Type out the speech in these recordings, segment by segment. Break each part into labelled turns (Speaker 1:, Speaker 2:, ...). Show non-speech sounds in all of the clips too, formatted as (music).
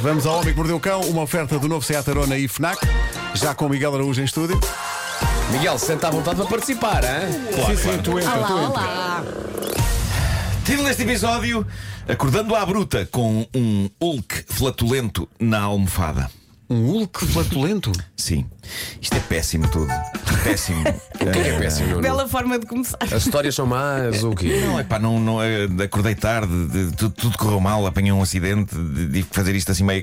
Speaker 1: Vamos ao Homem que Mordeu o Cão, uma oferta do novo Seat Arona e FNAC, já com Miguel Araújo em estúdio.
Speaker 2: Miguel, senta à vontade para participar, hein?
Speaker 1: sim, sim,
Speaker 3: Então,
Speaker 1: tu entra, tu entra.
Speaker 4: Olá, olá.
Speaker 5: Título deste episódio: Acordando à Bruta com um Hulk flatulento na almofada.
Speaker 1: Um Hulk flatulento.
Speaker 5: Sim, isto é péssimo tudo. Péssimo.
Speaker 2: (laughs)
Speaker 5: Eh,
Speaker 2: O que é que é péssimo? Nuno?
Speaker 3: Bela forma de começar. (laughs)
Speaker 2: As histórias são más, o quê?
Speaker 5: Não, é pá, não, não, eh, acordei tarde, de- tudo, tudo correu mal, apanhei um acidente, de- tive que fazer isto assim meio.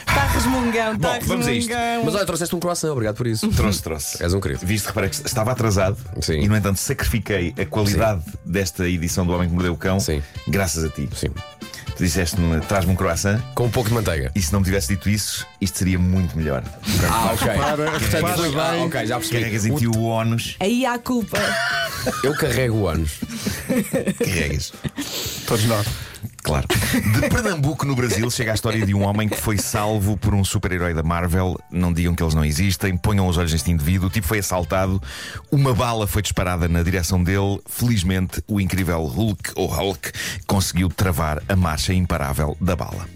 Speaker 3: Está Tá resmungão, está
Speaker 5: Bom, vamos a isto.
Speaker 3: resmungão.
Speaker 2: Mas olha, trouxeste um croissant, obrigado por isso.
Speaker 5: Trouxe, trouxe.
Speaker 2: És um querido.
Speaker 5: Viste, repara que estava atrasado
Speaker 2: Sim.
Speaker 5: e, no entanto, sacrifiquei a qualidade desta edição do Homem que Mordeu o Cão,
Speaker 2: Sim.
Speaker 5: graças a ti.
Speaker 2: Sim.
Speaker 5: Tu disseste-me, traz-me um croissant,
Speaker 2: Com um pouco de manteiga.
Speaker 5: e se não me tivesse dito isso, isto seria muito melhor.
Speaker 2: Ah, ok.
Speaker 1: (laughs) Para,
Speaker 2: Portanto,
Speaker 1: repara
Speaker 2: foi- ah,
Speaker 1: bem.
Speaker 2: ok, já
Speaker 5: Carregas
Speaker 2: percebi.
Speaker 5: em ti o ónus,
Speaker 3: Aí há a culpa.
Speaker 2: Eu carrego o ânus.
Speaker 5: carregas.
Speaker 1: Todos nós.
Speaker 5: é Claro. De Pernambuco, no Brasil, chega a história de um homem que foi salvo por um super-herói da Marvel. Não digam que eles não existem, ponham os olhos neste indivíduo. O tipo foi assaltado, uma bala foi disparada na direção dele. Felizmente, o incrível Hulk, ou Hulk, conseguiu travar a marcha imparável da bala.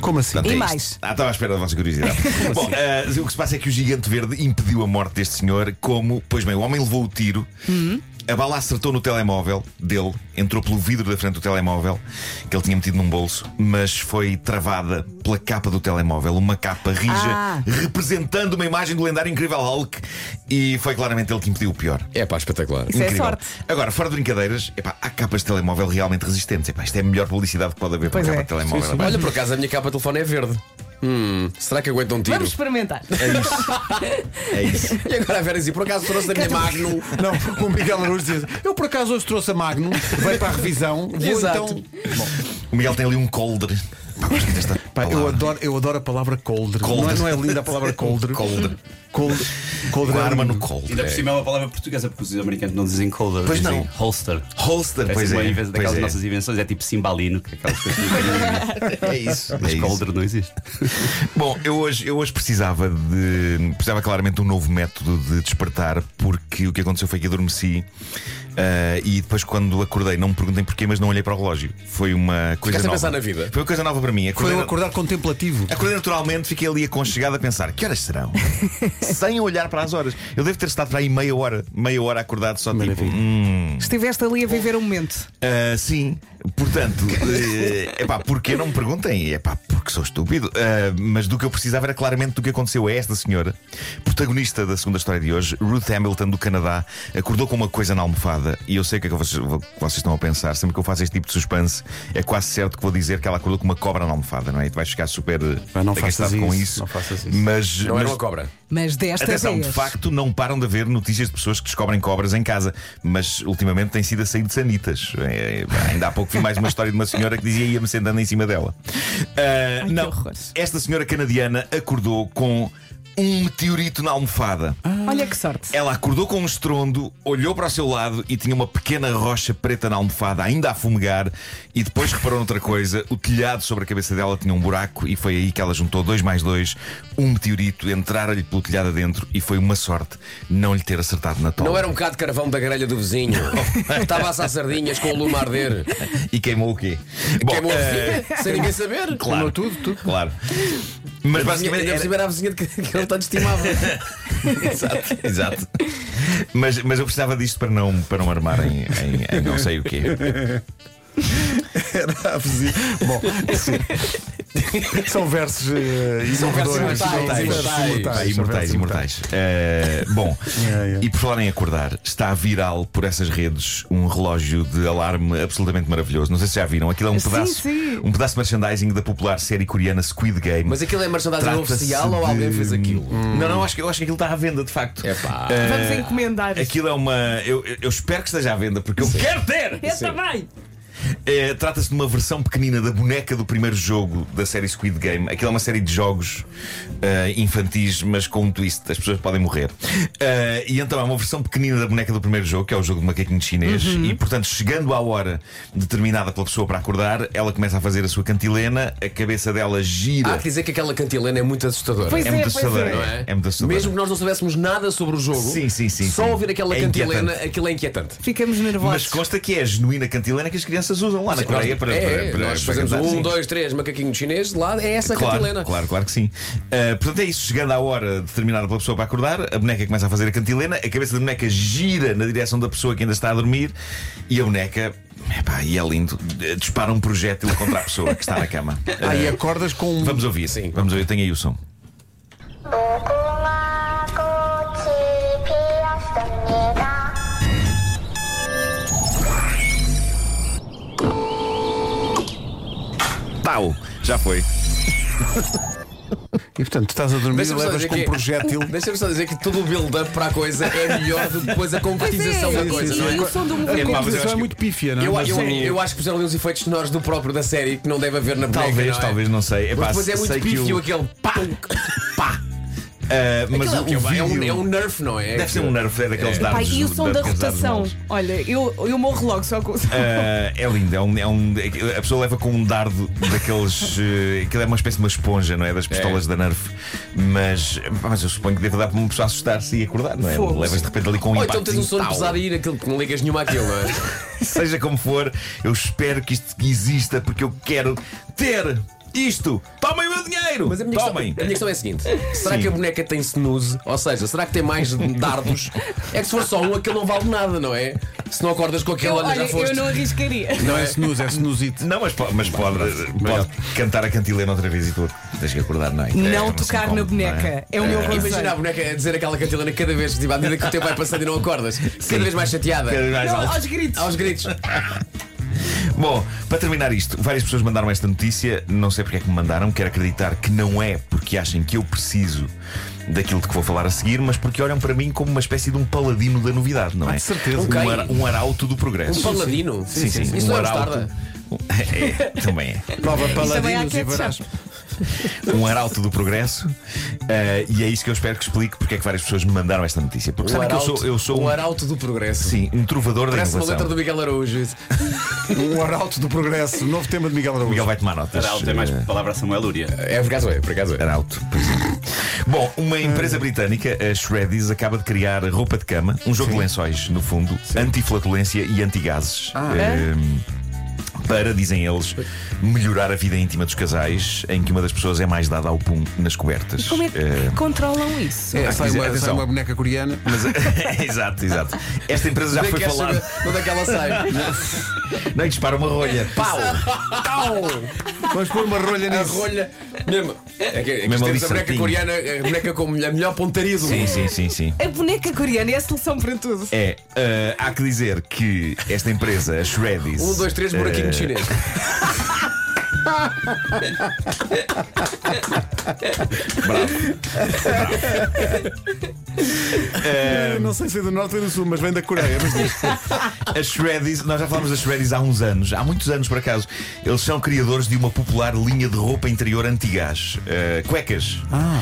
Speaker 1: Como assim?
Speaker 5: Portanto,
Speaker 3: E
Speaker 5: é isto.
Speaker 3: mais?
Speaker 5: Ah, estava à espera da
Speaker 3: (laughs)
Speaker 5: vossa curiosidade. Bom, ah, o que se passa é que o gigante verde impediu a morte deste senhor, como, pois bem, o homem levou o tiro.
Speaker 3: Hum.
Speaker 5: A bala acertou no telemóvel dele, entrou pelo vidro da frente do telemóvel, que ele tinha metido num bolso, mas foi travada pela capa do telemóvel, uma capa rija,
Speaker 3: Ah.
Speaker 5: representando uma imagem do lendário incrível Hulk, e foi claramente ele que impediu o pior.
Speaker 2: É pá, espetacular.
Speaker 3: Isso é sorte.
Speaker 5: Agora, fora de brincadeiras, epá, há capas de telemóvel realmente resistentes. Epá, isto é a melhor publicidade que pode haver para
Speaker 3: Pois
Speaker 5: uma
Speaker 3: é.
Speaker 5: capa de telemóvel. epá.
Speaker 2: Olha, por acaso a minha capa de telefone é verde. Hum, será que aguenta um tiro?
Speaker 3: Vamos experimentar.
Speaker 5: É isso.
Speaker 2: E agora a Vera dizia, por acaso trouxe da minha Magnum.
Speaker 1: Não, porque o Miguel Araújo diz: Eu por acaso hoje trouxe a Magno, veio para a revisão, (laughs) vou
Speaker 2: Exato.
Speaker 1: então.
Speaker 5: O Miguel tem ali um coldre. Pá, gosto desta
Speaker 1: Pá, eu
Speaker 5: palavra.
Speaker 1: adoro, eu adoro a palavra coldre.
Speaker 5: Coldre.
Speaker 1: Não, é, não é linda a palavra coldre?
Speaker 5: Coldre.
Speaker 1: Coldre. Coldre
Speaker 5: Com a
Speaker 1: é
Speaker 5: arma
Speaker 1: um-
Speaker 5: no coldre.
Speaker 6: Ainda por cima é uma palavra portuguesa, porque os americanos não dizem colder,
Speaker 5: Pois
Speaker 6: dizem
Speaker 5: não.
Speaker 6: holster.
Speaker 5: Holster,
Speaker 6: É
Speaker 5: pois
Speaker 6: assim,
Speaker 5: é.
Speaker 6: uma invés-
Speaker 5: Pois
Speaker 6: daquelas
Speaker 5: é.
Speaker 6: nossas invenções, é tipo cimbalino, que
Speaker 5: (laughs)
Speaker 6: é aquelas coisas que
Speaker 5: é isso. é
Speaker 6: mas
Speaker 5: isso.
Speaker 6: colder não existe.
Speaker 5: Bom, eu hoje, eu hoje precisava de. Precisava claramente de um novo método de despertar, porque o que aconteceu foi que adormeci ah, e depois, quando acordei, não me perguntem porquê, mas não olhei para o relógio. Foi uma
Speaker 2: Ficaste
Speaker 5: coisa
Speaker 2: a
Speaker 5: nova.
Speaker 2: pensar na vida?
Speaker 5: Foi uma coisa nova para mim.
Speaker 1: Foi
Speaker 5: Acordei,
Speaker 1: um acordar contemplativo.
Speaker 5: acordei naturalmente, fiquei ali aconchegado a pensar: que horas
Speaker 2: (laughs)
Speaker 5: serão? Sem olhar para as horas. Eu devo ter estado para aí meia hora, meia hora acordado só tipo.
Speaker 1: Maravilha.
Speaker 5: "Hum,
Speaker 3: Estiveste ali a viver um momento.
Speaker 5: Ah, sim, portanto, é pá, porque não me perguntem? É pá, porque sou estúpido. Ah, mas do que eu precisava era claramente do que aconteceu a esta senhora, protagonista da segunda história de hoje, Ruth Hamilton do Canadá, acordou com uma coisa na almofada. E eu sei o que é que vocês, o que vocês estão a pensar. Sempre que eu faço este tipo de suspense, é quase certo que vou dizer que ela acordou com uma cobra na almofada, não é? E tu vais ficar super eh,
Speaker 1: Mas não
Speaker 5: agastado
Speaker 1: faças
Speaker 5: com
Speaker 1: isso,
Speaker 5: isso.
Speaker 1: não faças isso.
Speaker 5: Mas,
Speaker 2: Não era
Speaker 5: mas-
Speaker 2: uma cobra.
Speaker 3: Mas desta
Speaker 5: Atenção,
Speaker 3: vez.
Speaker 5: de facto, não param de haver notícias de pessoas que descobrem cobras em casa, mas ultimamente tem sido a sair de sanitas. É, ainda há pouco vi mais uma história de uma senhora que dizia ia-me sentando em cima dela. Ah,
Speaker 3: que
Speaker 5: não,
Speaker 3: horror.
Speaker 5: esta senhora canadiana acordou com um meteorito na almofada.
Speaker 3: Olha que sorte.
Speaker 5: Ela acordou com um estrondo, olhou para o seu lado e tinha uma pequena rocha preta na almofada, ainda a fumegar, e depois reparou noutra coisa: o telhado sobre a cabeça dela tinha um buraco, e foi aí que ela juntou dois mais dois, um meteorito, entrara-lhe pelo telhado adentro, e foi uma sorte não lhe ter acertado na tola.
Speaker 2: Não era um bocado de carvão da grelha do (laughs) vizinho. Estava a assar sardinhas com o lume a arder.
Speaker 5: E queimou o quê? Bom,
Speaker 2: Queimou
Speaker 5: eh,
Speaker 2: sem ninguém saber.
Speaker 5: claro.
Speaker 1: tudo, tudo.
Speaker 5: Claro. Mas basicamente.
Speaker 2: Ainda por
Speaker 5: era-
Speaker 2: cima era a vizinha de que que não tanto estimava.
Speaker 5: Exato, (laughs) exato. Mas, mas eu precisava disto para não, para não armar em, em- em não sei o quê.
Speaker 1: Era Tá a vizinha. Bom, é assim, são versos eh,
Speaker 2: São versos
Speaker 1: inovadores.
Speaker 2: imortais, imortais.
Speaker 5: Ah,
Speaker 1: são
Speaker 5: imortais,
Speaker 1: versos
Speaker 5: imortais. Eh, bom,
Speaker 1: é Yeah, yeah.
Speaker 5: e por falar em acordar, está viral por essas redes um relógio de alarme absolutamente maravilhoso. Não sei se já viram, aquilo é um
Speaker 3: Sim,
Speaker 5: pedaço,
Speaker 3: sim.
Speaker 5: um pedaço de merchandising da popular série coreana Squid Game.
Speaker 2: (laughs) Mas aquilo é merchandising
Speaker 5: Trata-se
Speaker 2: oficial ou alguém
Speaker 5: de- Hum.
Speaker 2: fez aquilo?
Speaker 5: Não, não, acho que, eu acho que aquilo está à venda, de facto.
Speaker 2: É pá.
Speaker 3: Vamos encomendar.
Speaker 5: Aquilo é uma. Eu, eu- eu espero que esteja à venda, porque eu quero (laughs) ter!
Speaker 3: Eu também.
Speaker 5: É, Trata-se de uma versão pequenina da boneca do primeiro jogo da série Squid Game. Aquilo é uma série de jogos eh, infantis, mas com um twist. As pessoas podem morrer. Eh, e então é uma versão pequenina da boneca do primeiro jogo, que é o jogo do macaquinho chinês.
Speaker 2: Uhum.
Speaker 5: E portanto, chegando à hora determinada pela pessoa para acordar, ela começa a fazer a sua cantilena, a cabeça dela gira.
Speaker 2: Há Ah, que dizer que aquela cantilena é muito assustadora.
Speaker 3: Pois
Speaker 5: é muito
Speaker 3: pois
Speaker 5: assustador,
Speaker 3: é.
Speaker 5: não é? É muito assustador.
Speaker 2: Mesmo que nós não soubéssemos nada sobre o jogo,
Speaker 5: Sim, sim, sim,
Speaker 2: só
Speaker 5: sim.
Speaker 2: ouvir aquela
Speaker 5: É
Speaker 2: cantilena,
Speaker 5: inquietante.
Speaker 2: aquilo é inquietante.
Speaker 3: Ficamos
Speaker 5: Mas
Speaker 3: nervosos.
Speaker 5: consta que é a genuína cantilena que as crianças crianças usam lá na Coreia para,
Speaker 2: é,
Speaker 5: para- para-
Speaker 2: nós
Speaker 5: para
Speaker 2: fazemos
Speaker 5: cantar,
Speaker 2: um,
Speaker 5: sim.
Speaker 2: dois, três macaquinho chinês, lá é essa cantilena.
Speaker 5: Claro, claro, claro que sim. Ah, portanto, é isso. Chegando à hora determinada pela pessoa para acordar, a boneca começa a fazer a cantilena, a cabeça da boneca gira na direção da pessoa que ainda está a dormir e a boneca, epá, e é lindo, eh, dispara um projétil contra a pessoa que está
Speaker 2: (laughs)
Speaker 5: na cama.
Speaker 1: Ah, e
Speaker 5: Ah,
Speaker 1: acordas com um.
Speaker 5: Vamos ouvir,
Speaker 2: Sim.
Speaker 5: Vamos ouvir, tenho aí o som.
Speaker 4: 무궁화 꽃이 피었습니다.
Speaker 5: Tau! Já foi.
Speaker 1: E portanto, estás a dormir e
Speaker 2: Deixa-me só
Speaker 1: levas
Speaker 2: dizer
Speaker 1: com um
Speaker 2: que-
Speaker 1: projétil.
Speaker 2: (laughs) Deixa-me só dizer que todo o build-up para a coisa é melhor do que depois a concretização
Speaker 3: Pois é,
Speaker 2: da coisa,
Speaker 3: e-
Speaker 2: não é?
Speaker 3: e o som do
Speaker 1: A
Speaker 3: movimento.
Speaker 5: pá, mas eu acho
Speaker 1: composição é
Speaker 5: que-
Speaker 1: muito pífia, não é?
Speaker 2: Eu,
Speaker 1: Mas-
Speaker 2: eu, eu acho que puseram ali uns efeitos sonoros do próprio da série que não deve haver na boneca,
Speaker 5: Talvez,
Speaker 2: não é?
Speaker 5: talvez, não sei. Epá,
Speaker 2: Mas depois é muito
Speaker 5: sei que
Speaker 2: pífio
Speaker 5: o-
Speaker 2: aquele pá, pá.
Speaker 5: Ah, mas
Speaker 2: Aquilo é o
Speaker 5: o,
Speaker 2: que
Speaker 5: o
Speaker 2: vai- é, um,
Speaker 5: vídeo-
Speaker 2: é um nerf, não é?
Speaker 5: Deve ser um nerf, é daqueles dados.
Speaker 3: Pai, e o som da rotação? Olha, eu, eu morro logo só com o som.
Speaker 5: Ah, é lindo, é um, é um- a pessoa leva com um dardo daqueles. eh, Aquilo é uma espécie de uma esponja, não é? Das pistolas da Nerf. Mas, pá, mas eu suponho que deve dar para uma pessoa assustar-se e acordar, não é?
Speaker 3: Fogo.
Speaker 5: Levas de repente ali com um
Speaker 2: Ou
Speaker 5: impacto.
Speaker 2: então tens um sono pesado e ir aquilo que não ligas nenhuma àquilo, não é?
Speaker 5: (laughs) Seja como for, eu espero que isto exista porque eu quero ter isto. Tomem o meu dinheiro!
Speaker 2: Mas a minha, questão, a
Speaker 5: Tomem!
Speaker 2: minha questão é a seguinte: será
Speaker 5: Sim.
Speaker 2: que a boneca tem snooze? Ou seja, será que tem mais dardos? É que se for só um, aquele não vale nada, não é? Se não acordas com aquele,
Speaker 3: Eu,
Speaker 2: olha,
Speaker 3: olha,
Speaker 2: já
Speaker 3: eu
Speaker 2: foste.
Speaker 3: não arriscaria.
Speaker 1: Não é snooze, é snoozite.
Speaker 5: Não, mas, po- mas pode, pode cantar a cantilena outra vez e tu tens que acordar, não é? É,
Speaker 3: Não
Speaker 5: se
Speaker 3: tocar
Speaker 5: incómodo,
Speaker 3: na
Speaker 5: não é?
Speaker 3: boneca. É o meu
Speaker 2: Imagina a
Speaker 3: conselho.
Speaker 2: boneca a dizer aquela cantilena cada vez, tipo, à medida que o tempo vai passando e não acordas, cada vez mais chateada.
Speaker 5: Cada vez mais
Speaker 3: Não,
Speaker 5: alto.
Speaker 3: aos gritos.
Speaker 2: Aos gritos.
Speaker 5: Bom, para terminar isto, várias pessoas mandaram esta notícia, não sei porque é que me mandaram, quero acreditar que não é porque achem que eu preciso daquilo de que vou falar a seguir, mas porque olham para mim como uma espécie de um paladino da novidade,
Speaker 2: Ah,
Speaker 5: não é?
Speaker 1: de certeza.
Speaker 5: Um,
Speaker 2: Ok.
Speaker 5: ara- um arauto do progresso.
Speaker 2: Um paladino?
Speaker 5: Sim, sim.
Speaker 2: Isso
Speaker 5: um
Speaker 2: não é
Speaker 5: arauto.
Speaker 2: mostarda?
Speaker 5: (laughs) É, também é.
Speaker 1: Prova
Speaker 3: também há
Speaker 1: paladinos e
Speaker 3: ketchup.
Speaker 1: verás.
Speaker 5: Um arauto do progresso. eh, e é isso que eu espero que explique porque é que várias pessoas me mandaram esta notícia. Porque sabem que eu sou, eu sou
Speaker 2: o
Speaker 5: um,
Speaker 2: arauto do progresso.
Speaker 5: sim, um trovador da
Speaker 2: Parece uma letra
Speaker 5: inovação.
Speaker 2: do Miguel Araújo. isso.
Speaker 1: Um arauto do progresso. Novo tema de Miguel Araújo.
Speaker 5: Miguel vai tomar notas.
Speaker 6: Arauto é mais
Speaker 5: Eh,
Speaker 6: palavra a Samuel Lúria.
Speaker 2: É, por acaso é, por acaso é.
Speaker 5: Arauto, por exemplo. Bom, uma empresa britânica, a Shreddies, acaba de criar roupa de cama, um jogo de lençóis, no fundo, anti-flatulência e anti-gases.
Speaker 2: Ah.
Speaker 5: Ehm, para, dizem eles, melhorar a vida íntima dos casais, em que uma das pessoas é mais dada ao pum nas cobertas.
Speaker 3: Como é que
Speaker 5: Ehm,
Speaker 3: controlam isso?
Speaker 1: É,
Speaker 5: que
Speaker 1: sai,
Speaker 5: dizer,
Speaker 1: uma, sai
Speaker 5: atenção.
Speaker 1: uma boneca coreana.
Speaker 5: mas- (laughs) exato, exato. Esta empresa já
Speaker 2: Nem
Speaker 5: foi
Speaker 2: queres
Speaker 5: falada.
Speaker 2: saber de Onde é que ela (laughs) sai?
Speaker 5: Não, e dispara uma rolha.
Speaker 2: Pau! Pau!
Speaker 1: Vamos pôr uma rolha
Speaker 2: A
Speaker 1: nisso.
Speaker 2: rolha. Mesmo. É que, é que
Speaker 5: Mesmo ali
Speaker 2: temos a boneca
Speaker 5: certinho.
Speaker 2: coreana, a boneca com a melhor pontaria do
Speaker 5: Sim,
Speaker 2: mundo.
Speaker 5: sim, sim, sim.
Speaker 3: A boneca coreana é a solução para tudo.
Speaker 5: É, eh, há que dizer que esta empresa, a Shreddies.
Speaker 2: Um, dois, três, buraquinho
Speaker 5: eh,
Speaker 2: chinês.
Speaker 1: Eh, Não sei se é do norte ou do sul, mas vem da Coreia. Mas diz.
Speaker 5: A Shreddies, nós já falámos da Shreddies há uns anos, há muitos anos por acaso. Eles são criadores de uma popular linha de roupa interior antigás, eh, cuecas. Ah,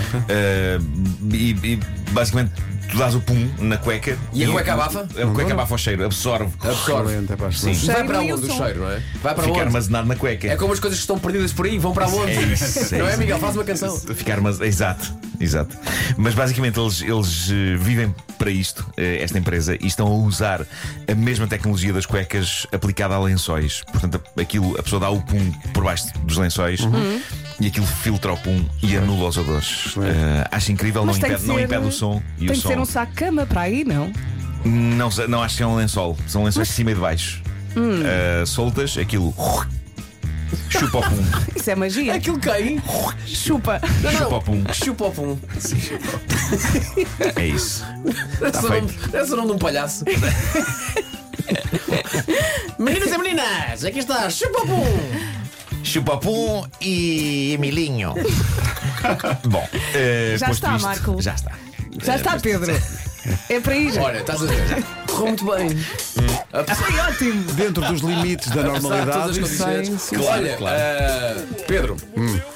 Speaker 5: e, e, basicamente tu dás o pum na cueca
Speaker 2: E a cueca abafa?
Speaker 5: A cueca abafa o cheiro, absorve.
Speaker 2: Absorve.
Speaker 1: Excelente, é pá,
Speaker 5: Sim.
Speaker 1: excelente.
Speaker 2: Vai para
Speaker 3: Cheiro e
Speaker 2: onde
Speaker 3: o
Speaker 2: o
Speaker 3: som.
Speaker 2: cheiro, não é? Vai para
Speaker 5: Fica
Speaker 2: onde?
Speaker 5: armazenado na cueca.
Speaker 2: É como as coisas que estão perdidas por aí, vão para onde?
Speaker 5: É
Speaker 2: (laughs)
Speaker 5: isso, é
Speaker 2: não é,
Speaker 5: isso.
Speaker 2: Miguel? Faz uma canção.
Speaker 5: Ficar armaz- Exato, exato. Mas basicamente eles, eles eh, vivem para isto, eh, esta empresa, e estão a usar a mesma tecnologia das cuecas aplicada a lençóis. Portanto, a- aquilo, a pessoa dá o pum por baixo dos lençóis.
Speaker 3: Uhum.
Speaker 5: E aquilo filtra o pum e anula os odores. Eh, acho incrível, não
Speaker 3: Mas tem
Speaker 5: impede,
Speaker 3: que
Speaker 5: não
Speaker 3: ser-
Speaker 5: impede o som. E
Speaker 3: Tem
Speaker 5: o
Speaker 3: que
Speaker 5: som.
Speaker 3: ser um saco-cama para aí, não?
Speaker 5: Não, sei- não acho que é um lençol. São lençóis de cima e de baixo.
Speaker 3: Hum.
Speaker 5: Eh,
Speaker 3: (laughs)
Speaker 5: soltas, aquilo chupa o pum.
Speaker 3: Isso é magia.
Speaker 2: Aquilo cai. (laughs)
Speaker 3: Chupa.
Speaker 2: Não, não.
Speaker 5: Chupa o pum.
Speaker 2: Chupa o pum.
Speaker 5: É isso. Tá
Speaker 2: Esse é o nome- esse é o nome de um palhaço. (laughs) Meninas e meninas, aqui está. Chupa o pum.
Speaker 5: Chupapum e
Speaker 2: (laughs)
Speaker 5: Emilinho. Bom, eh,
Speaker 3: Já
Speaker 5: posto
Speaker 3: está,
Speaker 5: isto,
Speaker 3: Marco.
Speaker 5: Já está.
Speaker 3: Já está, Pedro. É para aí já.
Speaker 2: Olha, estás a ver? Correu muito bem. Apesar-
Speaker 3: Foi ótimo.
Speaker 1: Dentro dos limites da
Speaker 2: Apesar de todas as
Speaker 1: normalidade.
Speaker 2: condições.
Speaker 1: Sem, sem-
Speaker 2: Olha,
Speaker 5: claro.
Speaker 2: ah, Pedro,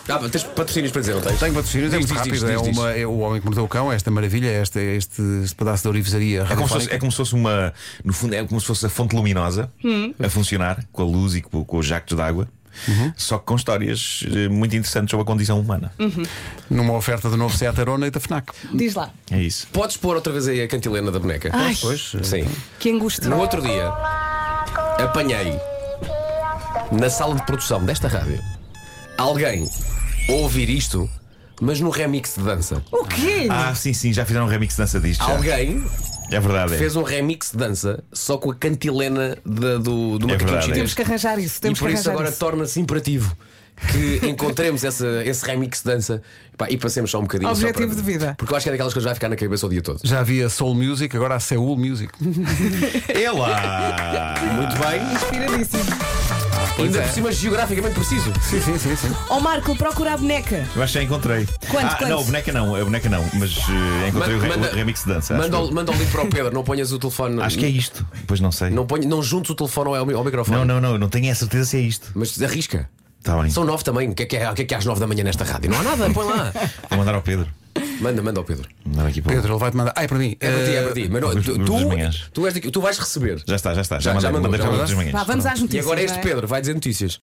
Speaker 2: Ah, tens patrocínios para dizer, não tens?
Speaker 1: Tenho patrocínios, é
Speaker 2: Diz,
Speaker 1: muito
Speaker 2: diz,
Speaker 1: rápido.
Speaker 2: diz,
Speaker 1: É,
Speaker 2: diz, diz.
Speaker 1: uma, é o homem que mordeu o cão, esta maravilha, este, este, este pedaço de orivesaria.
Speaker 5: É como, se fosse, é como se fosse uma. No fundo, é como se fosse a fonte luminosa
Speaker 3: Hum.
Speaker 5: a funcionar com a luz e com, com os jactos de água.
Speaker 2: Uhum.
Speaker 5: Só que com histórias eh, muito interessantes sobre a condição humana.
Speaker 3: Hum.
Speaker 2: é-
Speaker 1: Numa oferta do novo Seat Arona e da Fnac.
Speaker 3: Diz lá.
Speaker 5: É isso.
Speaker 2: Podes pôr outra vez aí a cantilena da boneca?
Speaker 3: Ai,
Speaker 1: Pois.
Speaker 2: Sim.
Speaker 3: que angústia.
Speaker 2: No outro dia, apanhei na sala de produção desta rádio, alguém ouvir isto, mas no remix de dança.
Speaker 3: O quê?
Speaker 5: Ah, sim, sim, já fizeram um remix de dança disto. já.
Speaker 2: Alguém
Speaker 5: É verdade. é.
Speaker 2: fez um remix de dança só com a cantilena da- do, do
Speaker 5: É
Speaker 2: macaquinho
Speaker 5: verdade,
Speaker 2: chinês.
Speaker 3: Temos que arranjar isso, temos
Speaker 2: e por
Speaker 3: que
Speaker 2: isso
Speaker 3: arranjar
Speaker 2: agora
Speaker 3: isso.
Speaker 2: torna-se imperativo
Speaker 3: (laughs)
Speaker 2: que encontremos essa- esse remix de dança Pá, e passemos só um bocadinho. só
Speaker 3: Objetivo
Speaker 2: para-
Speaker 3: de vida.
Speaker 2: Porque eu acho que é daquelas coisas que vai ficar na cabeça o dia todo.
Speaker 1: Já havia Soul Music, agora há Seul
Speaker 2: (laughs)
Speaker 1: Music.
Speaker 5: É lá!
Speaker 2: Muito bem,
Speaker 3: Inspiradíssimo.
Speaker 2: ainda por cima geograficamente preciso.
Speaker 1: Sim, sim, sim, sim.
Speaker 3: Ó Marco, procura a boneca.
Speaker 5: Eu acho que já encontrei.
Speaker 3: Quanto,
Speaker 5: ah,
Speaker 3: quanto?
Speaker 5: não, a boneca não, a boneca não, mas eh, encontrei
Speaker 2: Ma-
Speaker 5: o, re- o remix de dança.
Speaker 2: Manda,
Speaker 5: acho,
Speaker 2: o- manda o link para o Pedro, não ponhas o telefone.
Speaker 5: eu. Acho que é isto. Pois não sei.
Speaker 2: Não, ponha, não juntes o telefone ao, ao microfone.
Speaker 5: não, não, não, não tenho a certeza se é isto.
Speaker 2: Mas arrisca.
Speaker 5: Tá bem.
Speaker 2: São nove também. O que é que, é, o que é que há às nove da manhã nesta rádio? Não há nada, põe
Speaker 5: (laughs)
Speaker 2: lá.
Speaker 5: Vou mandar ao Pedro.
Speaker 2: Manda, manda ao Pedro.
Speaker 5: Mandar aqui para o-
Speaker 1: Pedro, ele vai-te mandar. Ah, é para mim.
Speaker 2: É para ti, é para ti. Mas não,
Speaker 5: dos-
Speaker 2: tu,
Speaker 5: dos
Speaker 2: tu-
Speaker 5: manhãs.
Speaker 2: tu és daqui- tu vais receber.
Speaker 5: Já está, já está.
Speaker 2: Já-
Speaker 5: Já,
Speaker 2: já mandou,
Speaker 5: mandei,
Speaker 2: já
Speaker 5: mandei para o Pedro
Speaker 2: mandaste?
Speaker 5: das manhãs.
Speaker 3: Vá, vamos às
Speaker 2: E
Speaker 3: notícias.
Speaker 2: agora este
Speaker 3: não é?
Speaker 2: Pedro vai dizer notícias.